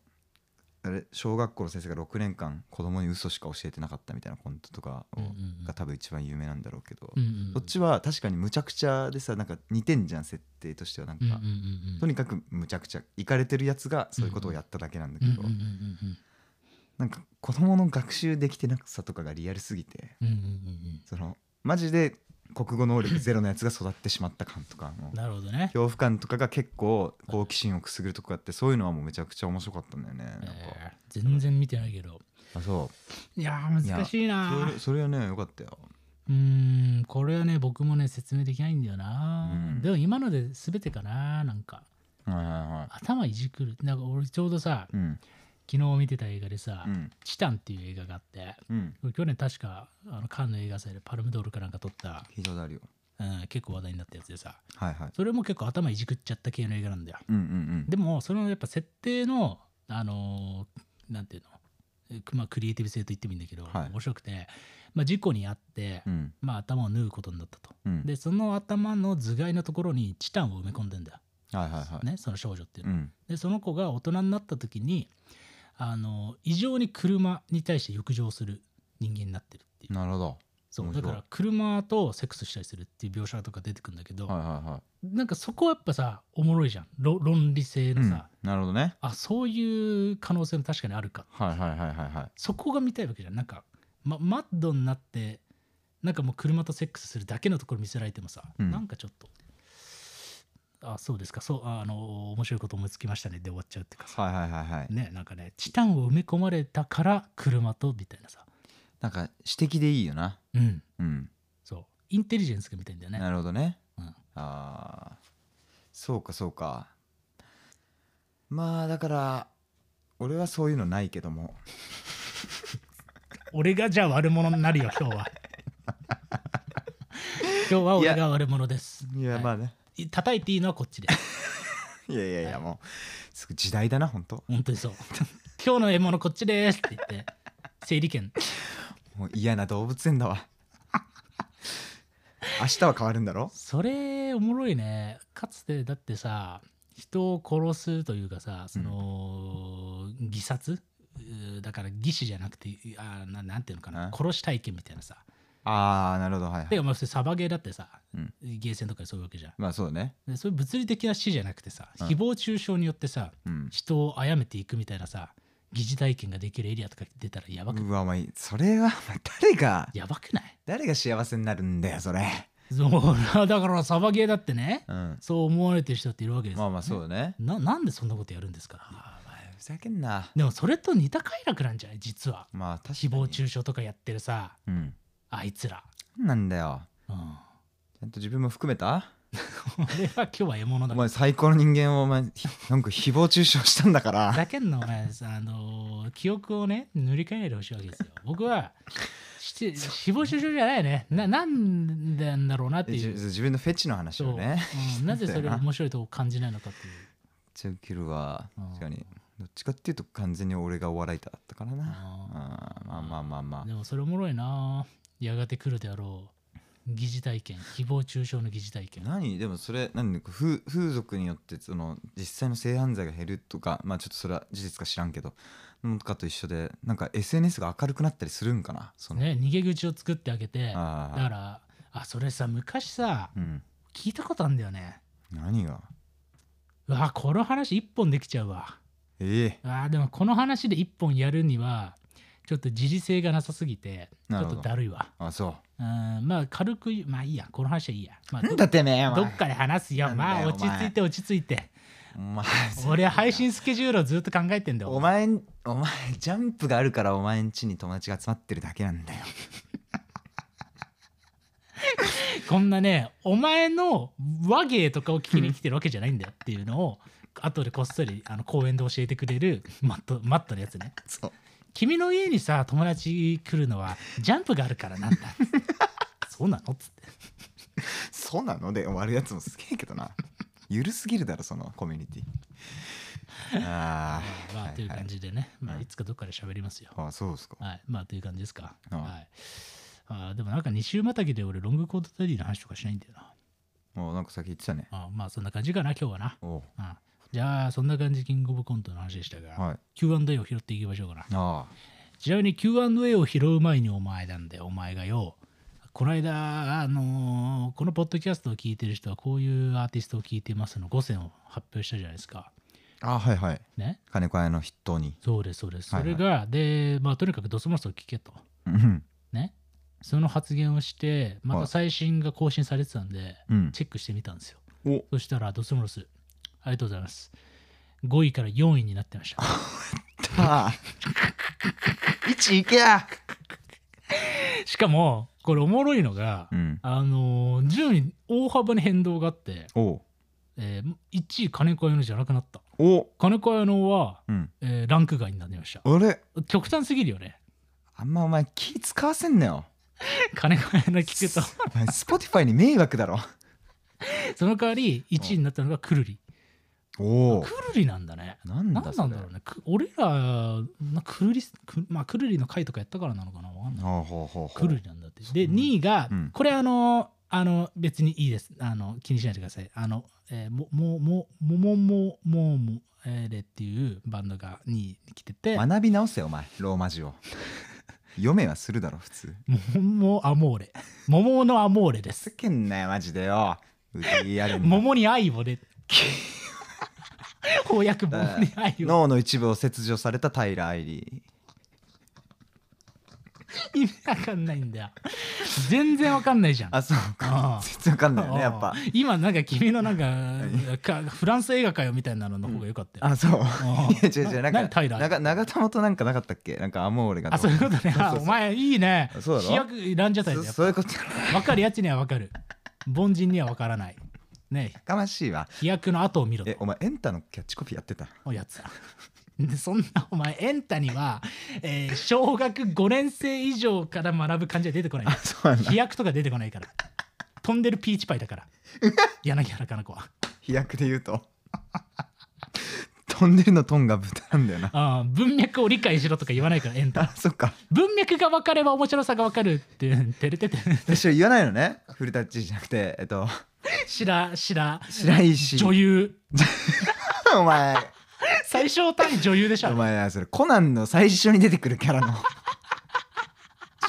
Speaker 2: あれ小学校の先生が6年間子供に嘘しか教えてなかったみたいなコントとかを
Speaker 1: うんうんうん
Speaker 2: が多分一番有名なんだろうけど、
Speaker 1: うんうんうん
Speaker 2: そっちは確かにむちゃくちゃでさなんか似てんじゃん設定としてはなんか、
Speaker 1: うんうんうんうん
Speaker 2: とにかくむちゃくちゃいかれてるやつがそういうことをやっただけなんだけ
Speaker 1: うん
Speaker 2: ど、
Speaker 1: うんうんうんうん
Speaker 2: なんか子供の学習できてなさとかがリアルすぎて
Speaker 1: うんうんうん
Speaker 2: そのマジで国語能力ゼロのやつが育ってしまった感とかも
Speaker 1: う
Speaker 2: うん
Speaker 1: なるほどね
Speaker 2: 恐怖感とかが結構好奇心をくすぐるとこあってそういうのはもうめちゃくちゃ面白かったんだよねなんか、
Speaker 1: えー全然見てないけど
Speaker 2: あそう
Speaker 1: いやー難しい
Speaker 2: そ
Speaker 1: な
Speaker 2: れそれはねよかったよ
Speaker 1: うーんこれはね僕もね説明できないんだよな、
Speaker 2: うん
Speaker 1: でも今ので全てかななんか
Speaker 2: はいはいは
Speaker 1: 頭いじくるなんか俺ちょうどさ
Speaker 2: いうん
Speaker 1: 昨日見てた映画でさ「
Speaker 2: うん
Speaker 1: チタン」っていう映画があって
Speaker 2: うん
Speaker 1: 去年確かあのカンヌ映画祭でパルムドールかなんか撮った、
Speaker 2: 聞いたことあるよ
Speaker 1: うん、結構話題になったやつでさ
Speaker 2: はいはい
Speaker 1: それも結構頭いじくっちゃった系の映画なんだよ
Speaker 2: うんうん
Speaker 1: でもそのやっぱ設定のあのーなんていうのえまあクリエイティブ性と言ってもいいんだけど、
Speaker 2: はい
Speaker 1: 面白くて、まあ、事故に遭って、
Speaker 2: うんうん
Speaker 1: まあ、頭を縫うことになったと
Speaker 2: うん
Speaker 1: でその頭の頭蓋のところにチタンを埋め込んでんだよ、
Speaker 2: はいはいはい、
Speaker 1: ね、その少女っていう
Speaker 2: う
Speaker 1: のは、
Speaker 2: ん
Speaker 1: でその子が大人になった時にあの異常に車に対して欲情する人間になってるっていう
Speaker 2: なるほど
Speaker 1: そう
Speaker 2: 面
Speaker 1: だ
Speaker 2: 白い
Speaker 1: から車とセックスしたりするっていう描写とか出てくるんだけど、
Speaker 2: はいはいは
Speaker 1: なんかそこはやっぱさおもろいじゃんろ論理性
Speaker 2: い、
Speaker 1: の
Speaker 2: うん、
Speaker 1: さ
Speaker 2: な、るほどね
Speaker 1: あそういう可能性も確かにあるか
Speaker 2: はいはいはいはいはい
Speaker 1: そこが見たいわけじゃんなんか、ま、マッドになってなんかもう車とセックスするだけのところ見せられてもさ、
Speaker 2: うん
Speaker 1: なんかちょっとあそうですかそうああの面白いこと思いつきましたねで終わっちゃうっていうかさ
Speaker 2: はいはいはいはい
Speaker 1: ねなんかねチタンを埋め込まれたから車とみたいなさ
Speaker 2: なんか私的でいいよな
Speaker 1: うん
Speaker 2: うん
Speaker 1: そうインテリジェンスが見たいんだよね
Speaker 2: なるほどね、
Speaker 1: うん
Speaker 2: あーそうかそうかまあだから俺はそういうのないけども
Speaker 1: 俺がじゃあ悪者にな るよ今日は今日は俺が悪者です
Speaker 2: いやまあね、
Speaker 1: い叩いていいのはこっちです
Speaker 2: い、やいやいやもうすぐ時代だな本当
Speaker 1: 本当に そう「今日の獲物こっちです」って言って整理券
Speaker 2: もう嫌な動物園だわ 明日は変わるんだろ
Speaker 1: それおもろいねかつてだってさ人を殺すというかさその、偽殺うーだから義死じゃなくてあーななんていうのかな
Speaker 2: え
Speaker 1: 殺し体験みたいなさ
Speaker 2: ああなるほどはい、は
Speaker 1: で
Speaker 2: い、
Speaker 1: お前普通サバゲーだってさ、
Speaker 2: うん
Speaker 1: ゲーセンとかでそういうわけじゃん
Speaker 2: まあそうだね
Speaker 1: でそういう物理的な死じゃなくてさ、
Speaker 2: うん
Speaker 1: 誹謗中傷によってさ
Speaker 2: うん
Speaker 1: 人を殺めていくみたいなさ疑似体験ができるエリアとか出たらやばく、
Speaker 2: うわお前それはお前誰が
Speaker 1: やばくない
Speaker 2: 誰が幸せになるんだよそれ
Speaker 1: そう だからサバゲーだってね
Speaker 2: うん
Speaker 1: そう思われてる人っているわけですよ
Speaker 2: まあまあそうだね
Speaker 1: ななんでそんなことやるんですか
Speaker 2: あーお前ふざけんな
Speaker 1: でもそれと似た快楽なんじゃない実は
Speaker 2: まあ確かに
Speaker 1: 誹謗中傷とかやってるさ
Speaker 2: うん
Speaker 1: あいつら、
Speaker 2: なんだよ
Speaker 1: うん、
Speaker 2: ちゃんと自分も含めた
Speaker 1: 俺は今日は獲物だから
Speaker 2: お前最高の人間をお前ひなんか誹謗中傷したんだか
Speaker 1: ふ
Speaker 2: ら
Speaker 1: ざけんなお前あのー記憶をね塗り替えないでほしいわけですよ僕は して誹謗中傷じゃないよねななんでなんだろうなって
Speaker 2: えじ
Speaker 1: い
Speaker 2: ゅ
Speaker 1: う
Speaker 2: 自分のフェチの話
Speaker 1: そう、
Speaker 2: をね
Speaker 1: うん、なぜそれを面白いと感じないのかっていう
Speaker 2: チューキルは
Speaker 1: うん
Speaker 2: 確かにどっちかっていうと完全に俺がお笑いだったからな
Speaker 1: あ
Speaker 2: あまあまあまあま
Speaker 1: でもそれおもろいなやがて来るであろう疑似体験誹謗中傷の疑似体
Speaker 2: あ
Speaker 1: 験
Speaker 2: 何でもそれ何風風俗によってその実際の性犯罪が減るとかまあちょっとそれは事実か知らんけどのとかと一緒でなんか SNS が明るくなったりするんかなその、
Speaker 1: ね逃げ口を作ってあげてだ
Speaker 2: あ
Speaker 1: か
Speaker 2: あ
Speaker 1: らあそれさ昔さ
Speaker 2: うん
Speaker 1: 聞いたことあるんだよね
Speaker 2: 何が
Speaker 1: うわこの話一本できちゃうわ
Speaker 2: ええ
Speaker 1: あーでもこの話で一本やるにはちょっと時事性がなさすぎてちょ
Speaker 2: なる
Speaker 1: っ
Speaker 2: ほ
Speaker 1: と
Speaker 2: ど
Speaker 1: だるいわ
Speaker 2: あそう
Speaker 1: うんまあ軽くまあいいやこの話はいいや、まあ、
Speaker 2: な
Speaker 1: ど
Speaker 2: んだてめえお前
Speaker 1: どっかで話すよ
Speaker 2: なんだ
Speaker 1: ま
Speaker 2: よ
Speaker 1: あ落ち着いて落ち着いて
Speaker 2: お前
Speaker 1: 俺は配信スケジュールをずっと考えてんだよ
Speaker 2: お前んお前ジャンプがあるからお前ん家に友達が集まってるだけなんだよ
Speaker 1: こんなねお前の和芸とかを聞きに来てるわけじゃないんだよっていうのを後でこっそりあの公園で教えてくれるマットマットのやつね
Speaker 2: そう
Speaker 1: 君の家にさ友達来るのはジャンプがあるから なんだそうなのっつって
Speaker 2: そうなので終わるやつもすげえけどな ゆるすぎるだろそのコミュニティああ
Speaker 1: まあという感じでね、ま
Speaker 2: う
Speaker 1: あ、
Speaker 2: ん
Speaker 1: いつかどっかで喋りますよ、
Speaker 2: あそうですか
Speaker 1: はいまあという感じですか、
Speaker 2: ああ
Speaker 1: はいあーでもなんか2週またぎで俺ロングコートダディの話とかしないんだよな
Speaker 2: もうなんか先言ってたね
Speaker 1: あーまあそんな感じかな今日はな、
Speaker 2: おう
Speaker 1: うん、じゃあそんな感じキングオブコントの話でしたが、
Speaker 2: はい
Speaker 1: Q&A を拾っていきましょうかな
Speaker 2: あ
Speaker 1: ちなみに Q&A を拾う前にお前なんだよお前がよこの間、あのーこのポッドキャストを聞いてる人はこういうアーティストを聞いてますの5選を発表したじゃないですか
Speaker 2: あはいはい
Speaker 1: ね
Speaker 2: 金子屋の筆頭に
Speaker 1: そうですそうですそ
Speaker 2: はいは
Speaker 1: れ
Speaker 2: い
Speaker 1: が、でまあとにかくドスモスを聞けと
Speaker 2: うん
Speaker 1: ねその発言をしてま
Speaker 2: は
Speaker 1: た
Speaker 2: い
Speaker 1: 最新が更新されてたんで、
Speaker 2: うん
Speaker 1: チェックしてみたんですよ
Speaker 2: お
Speaker 1: そしたらドスモスありがとうございます5位から4位になってました
Speaker 2: た一行けや
Speaker 1: しかもこれおもろいのが、
Speaker 2: うん
Speaker 1: あのー順位大幅に変動があって、
Speaker 2: お
Speaker 1: えー、1位金子屋のじゃなくなった
Speaker 2: お
Speaker 1: 金子屋のは、
Speaker 2: うん
Speaker 1: えーランク外になりました
Speaker 2: あれ
Speaker 1: 極端すぎるよね
Speaker 2: あんまお前気使わせんなよ
Speaker 1: 金子屋の聞け と
Speaker 2: お前 Spotify に迷惑 だろ
Speaker 1: その代わり1位になったのがくるり
Speaker 2: お
Speaker 1: くるりなんだね
Speaker 2: なん
Speaker 1: な
Speaker 2: だ
Speaker 1: ん
Speaker 2: そ
Speaker 1: なん
Speaker 2: れ
Speaker 1: だろうねく俺らなくるりく,、まあ、くるりの回とかやったからなのかなわかんない
Speaker 2: ほうほうほうほう
Speaker 1: くるりなんだって
Speaker 2: そう
Speaker 1: で2位が、
Speaker 2: うん
Speaker 1: これあのあの別にいいですあの気にしないでくださいあの、えーももももももももえーれっていうバンドが2位に来てて
Speaker 2: 学び直せよお前ローマ字を 読めはするだろ普通
Speaker 1: ももアモーレ。桃のアモーレで
Speaker 2: つ
Speaker 1: す。
Speaker 2: けんなよマジでよ売りやるんだ
Speaker 1: 桃に愛をね。 翻訳桃に愛を。
Speaker 2: 脳の一部を切除されたタイラー・アイリ
Speaker 1: 意味わかんないんだよ。全然わかんないじゃん
Speaker 2: ー。あそう
Speaker 1: ああ
Speaker 2: か全然わかんないよねやっぱ
Speaker 1: うん今なんか君のなんかかフランス映画かよみたいなのの方が良かったよ。
Speaker 2: あそう
Speaker 1: あ
Speaker 2: いや違う違うなん
Speaker 1: 何
Speaker 2: か
Speaker 1: タイラー
Speaker 2: 長長友となんかなかったっけなんかアモーレが
Speaker 1: あそういうことね。あ
Speaker 2: そうそうそう
Speaker 1: お前いいね。
Speaker 2: そうだろ
Speaker 1: 主役ランジャタイ
Speaker 2: そ
Speaker 1: だよ。
Speaker 2: そういうこと
Speaker 1: わかるやつにはわかる。凡人にはわからない。ね
Speaker 2: やかましいわ
Speaker 1: 飛躍の後を見ろと
Speaker 2: えお前エンタのキャッチコピーやってた
Speaker 1: おやつだ。でそんなお前エンタには、えー小学5年生以上から学ぶ感じは出てこない
Speaker 2: あそうなんだ
Speaker 1: 飛躍とか出てこないから飛んでるピーチパイだから柳原かな子は
Speaker 2: 飛躍で言うと飛んでるのトンが豚なんだよな
Speaker 1: あー文脈を理解しろとか言わないからエンタ
Speaker 2: あそっか
Speaker 1: 文脈が分かれば面白さが分かるっていうてれてて
Speaker 2: 私は言わないのねフルタッチじゃなくてえっと
Speaker 1: 白白
Speaker 2: 白石
Speaker 1: 女優
Speaker 2: お前
Speaker 1: 最小単位女優でしょ
Speaker 2: お前それコナンの最初に出てくるキャラの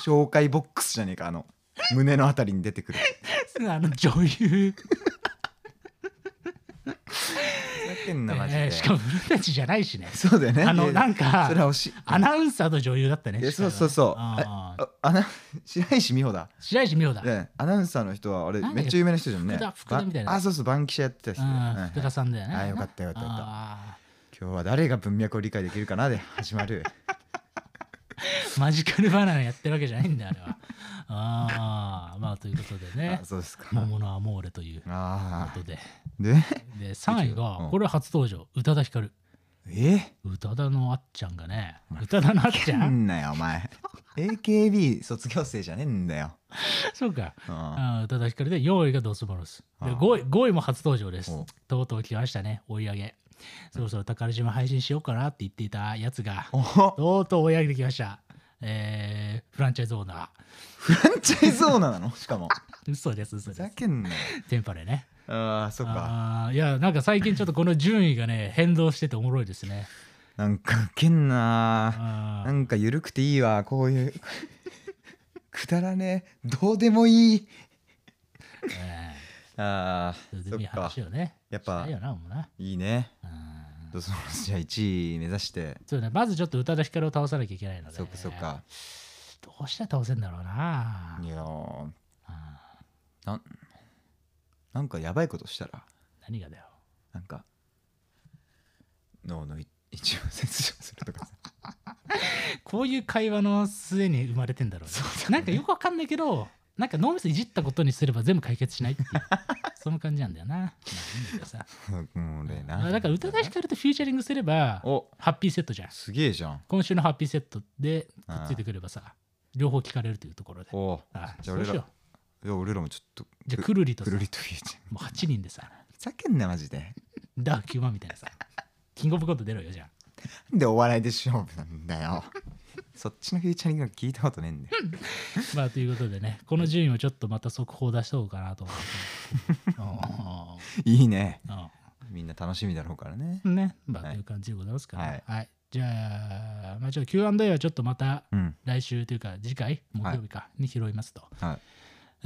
Speaker 2: 紹介ボックスじゃねえかあの胸のあたりに出てくる
Speaker 1: あの女優、
Speaker 2: ふざけんなマジで、
Speaker 1: えーしかも古舘じゃないしね
Speaker 2: そうだよね
Speaker 1: あの
Speaker 2: で
Speaker 1: なんか
Speaker 2: それは惜しい
Speaker 1: アナウンサーと女優だったね
Speaker 2: いや
Speaker 1: しかもね
Speaker 2: そうそうそう
Speaker 1: あー
Speaker 2: ああな白石美穂だ、
Speaker 1: 白石美穂だ
Speaker 2: ね、アナウンサーの人はあれ
Speaker 1: なんだっけ
Speaker 2: めっちゃ有名な人じゃんね
Speaker 1: 福田福田みたいな
Speaker 2: ばあそうそう番記者やってた人、はい
Speaker 1: うん
Speaker 2: はい
Speaker 1: 福田さんだよね。
Speaker 2: あよかったよかったよかった
Speaker 1: あ
Speaker 2: 今日は誰が文脈を理解できるかなで始 まる
Speaker 1: ーマジカルバナナやってるわけじゃないんだ、あれは。ああ、まあということでね
Speaker 2: あ、そうですか
Speaker 1: 桃のアモーレというこ
Speaker 2: ああ
Speaker 1: とで。
Speaker 2: で
Speaker 1: で、3位
Speaker 2: う
Speaker 1: が
Speaker 2: ん、
Speaker 1: これは初登場、宇多田ヒカル。
Speaker 2: え
Speaker 1: 宇多田のあっちゃんがね、宇多田のあっちゃ
Speaker 2: なんんなよお前 AKB 卒業生じゃねえんだよ、
Speaker 1: そうか。
Speaker 2: うん
Speaker 1: あー宇多田ヒカルで4位がドスモロス。で、
Speaker 2: あー
Speaker 1: 5位、5位も初登場です
Speaker 2: お。
Speaker 1: とうとう来ましたね、追い上げ。そろそろ宝島配信しようかなって言っていたやつが、
Speaker 2: お
Speaker 1: とうとう追い上げてきました。えー、フランチャイズオーナ
Speaker 2: フランチャイズオーナーなのしかも
Speaker 1: ー。嘘です、嘘
Speaker 2: ふ
Speaker 1: です
Speaker 2: ざ。けんなよ
Speaker 1: テンパレね。
Speaker 2: あーそっか
Speaker 1: あーいや、なんか最近ちょっとこの順位がね、変動してておもろいですね。
Speaker 2: なんかウケん
Speaker 1: あ
Speaker 2: なな
Speaker 1: ー
Speaker 2: んか緩くていいわこういうくだらねえどうでもいい
Speaker 1: え
Speaker 2: あ
Speaker 1: ー
Speaker 2: ー
Speaker 1: どうでもいい
Speaker 2: そっか
Speaker 1: 話をね。
Speaker 2: やっ
Speaker 1: した
Speaker 2: ぱ
Speaker 1: いよな、もうな。
Speaker 2: いいね
Speaker 1: うん
Speaker 2: ドスモスじゃあ1位目指して
Speaker 1: そうね、まずちょっと宇多田ヒカルを倒さなきゃいけないので。
Speaker 2: そっかそっか。
Speaker 1: どうして倒せんだろうない
Speaker 2: やー
Speaker 1: あー
Speaker 2: なんなんかやばいことしたら
Speaker 1: 何がだよ。
Speaker 2: なんか脳のい一応切除するとかさ
Speaker 1: こういう会話の末に生まれてんだろうねなんかよくわかんないけど、なんか脳みそいじったことにすれば全部解決し ないっていう。その感じなんだよな。まあいいんだけどさ
Speaker 2: もう俺な
Speaker 1: だから宇多田ヒカルとフューチャリングすれば、
Speaker 2: お
Speaker 1: ハッピーセットじゃん。
Speaker 2: すげえじゃん
Speaker 1: 今週のハッピーセットでく
Speaker 2: あ
Speaker 1: っ
Speaker 2: ー
Speaker 1: ついてくればさ、両方聞かれるというところで。
Speaker 2: お
Speaker 1: あ
Speaker 2: じゃ
Speaker 1: そう
Speaker 2: あ俺
Speaker 1: し
Speaker 2: ら
Speaker 1: よ
Speaker 2: いや俺らもちょっと
Speaker 1: う。じゃあ、くるりと
Speaker 2: く
Speaker 1: さ、
Speaker 2: る
Speaker 1: も
Speaker 2: りと言えちゃう
Speaker 1: う8人でさ、
Speaker 2: ふざけんなマジで
Speaker 1: ダークマンみたいなさ、キングオブコント出ろよ、じゃあ。
Speaker 2: なんでお笑いで勝負なんだ よそっちのフューチャリング聞いたことねえんだよ
Speaker 1: まあ、ということでね、この順位をちょっとまた速報出しとこうかなと思 って
Speaker 2: いいね
Speaker 1: うん。うん
Speaker 2: みんな楽しみだろうからね
Speaker 1: うんね、まあ、
Speaker 2: はい
Speaker 1: という感じでございますから、
Speaker 2: はい
Speaker 1: はい。じゃあ、まあ、ちょっと Q&A はちょっとまた
Speaker 2: うん
Speaker 1: 来週というか、次回、木曜日か、に拾いますと。
Speaker 2: はい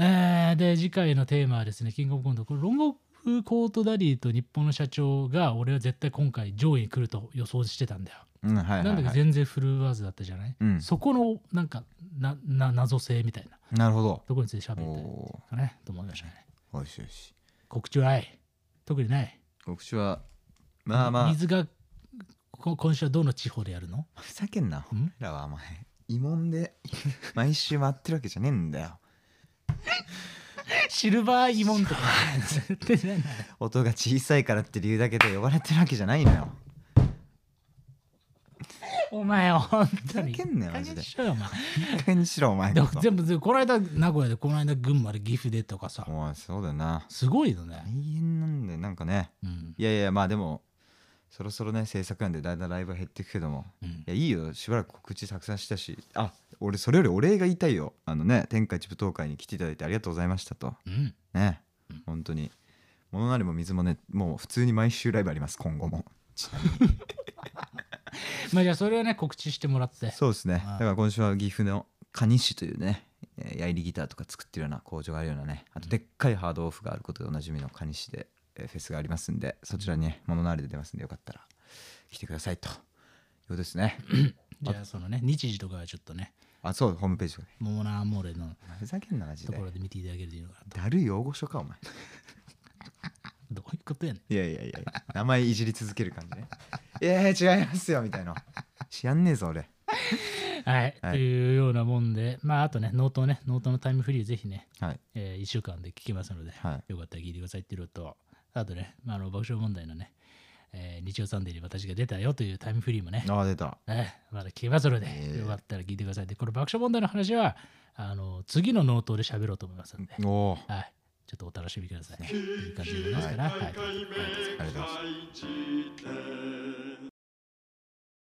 Speaker 1: えーで次回のテーマはですねキングオブコントこれロングオブフコートダディと日本の社長が俺は絶対今回上位に来ると予想してたんだよ、
Speaker 2: うんはいはい、
Speaker 1: なんだけど
Speaker 2: はい、
Speaker 1: 全然フルワーズだったじゃない、
Speaker 2: うん
Speaker 1: そこのなんかなな謎性みたいな
Speaker 2: なるほど
Speaker 1: ところについて喋
Speaker 2: お
Speaker 1: りたい
Speaker 2: お
Speaker 1: かねと思いましたね
Speaker 2: ーよしよし
Speaker 1: 告知はない特にない
Speaker 2: 告知はまあまあ
Speaker 1: 水がこ今週はどの地方でやるの
Speaker 2: ふざけんなお
Speaker 1: ん
Speaker 2: 前らはお前慰問で毎週回ってるわけじゃねえんだよ
Speaker 1: シルバー疑問とか絶対ない
Speaker 2: 音が小さいからって理由だけで呼ばれてるわけじゃないの よ
Speaker 1: お前本当に
Speaker 2: ふざけんなよマジで
Speaker 1: いい加減にしろよお前
Speaker 2: 一回にしろお前
Speaker 1: で
Speaker 2: こ
Speaker 1: も
Speaker 2: そ
Speaker 1: 全部全部この間名古屋でこの間群馬で岐阜でとかさ
Speaker 2: おいそうだよな
Speaker 1: すごいよね
Speaker 2: 大、変なんでなんかね
Speaker 1: うん
Speaker 2: いやいやまあでもそろそろね制作なんでだんだんライブは減っていくけども
Speaker 1: うん
Speaker 2: いやいいよしばらく告知たくさんしたしあ俺それよりお礼が言いたいよあのね天下一舞踏会に来ていただいてありがとうございましたと
Speaker 1: うん、
Speaker 2: ね
Speaker 1: うん
Speaker 2: 本当に物なりも水もねもう普通に毎週ライブあります今後も
Speaker 1: まあじゃあそれはね告知してもらって
Speaker 2: そうですね
Speaker 1: ああ
Speaker 2: だから今週は岐阜の蟹市というねえーヤイリギターとか作ってるような工場があるようなねあとでっかいハードオフがあることでおなじみの蟹市でえーフェスがありますんでそちらにね物なりで出ますんでよかったら来てくださいということです ね
Speaker 1: じゃあそのね日時とかはちょっとね
Speaker 2: あそうホームページがね
Speaker 1: モモナアモーレの
Speaker 2: ふざけんなマジ
Speaker 1: と
Speaker 2: で
Speaker 1: ころで見ていただけるといいのかな
Speaker 2: だるい大御所かお前
Speaker 1: どういうことやねん
Speaker 2: いやいやいや、名前いじり続ける感じね。いやいや、違いますよみたいな。知らんねえぞ、俺。
Speaker 1: はい、
Speaker 2: はい
Speaker 1: というようなもんでまああとねノートをねノートのタイムフリーぜひね、
Speaker 2: はい。
Speaker 1: え1週間で聞けますので、
Speaker 2: は
Speaker 1: よかったら聞いてくださいっていうのとあとね、まあ、あの爆笑問題のね、えー日曜サンデーに私が出たよというタイムフリーもね、
Speaker 2: ああ、出た。
Speaker 1: ええまだ聞けますので、
Speaker 2: ええ
Speaker 1: よかったら聞いてくださいでこの爆笑問題の話はあの次のノートで喋ろうと思いますので、
Speaker 2: おお。
Speaker 1: はい、ちょっとお楽しみくださいという感じでございますから、はい
Speaker 2: ありがとうございます。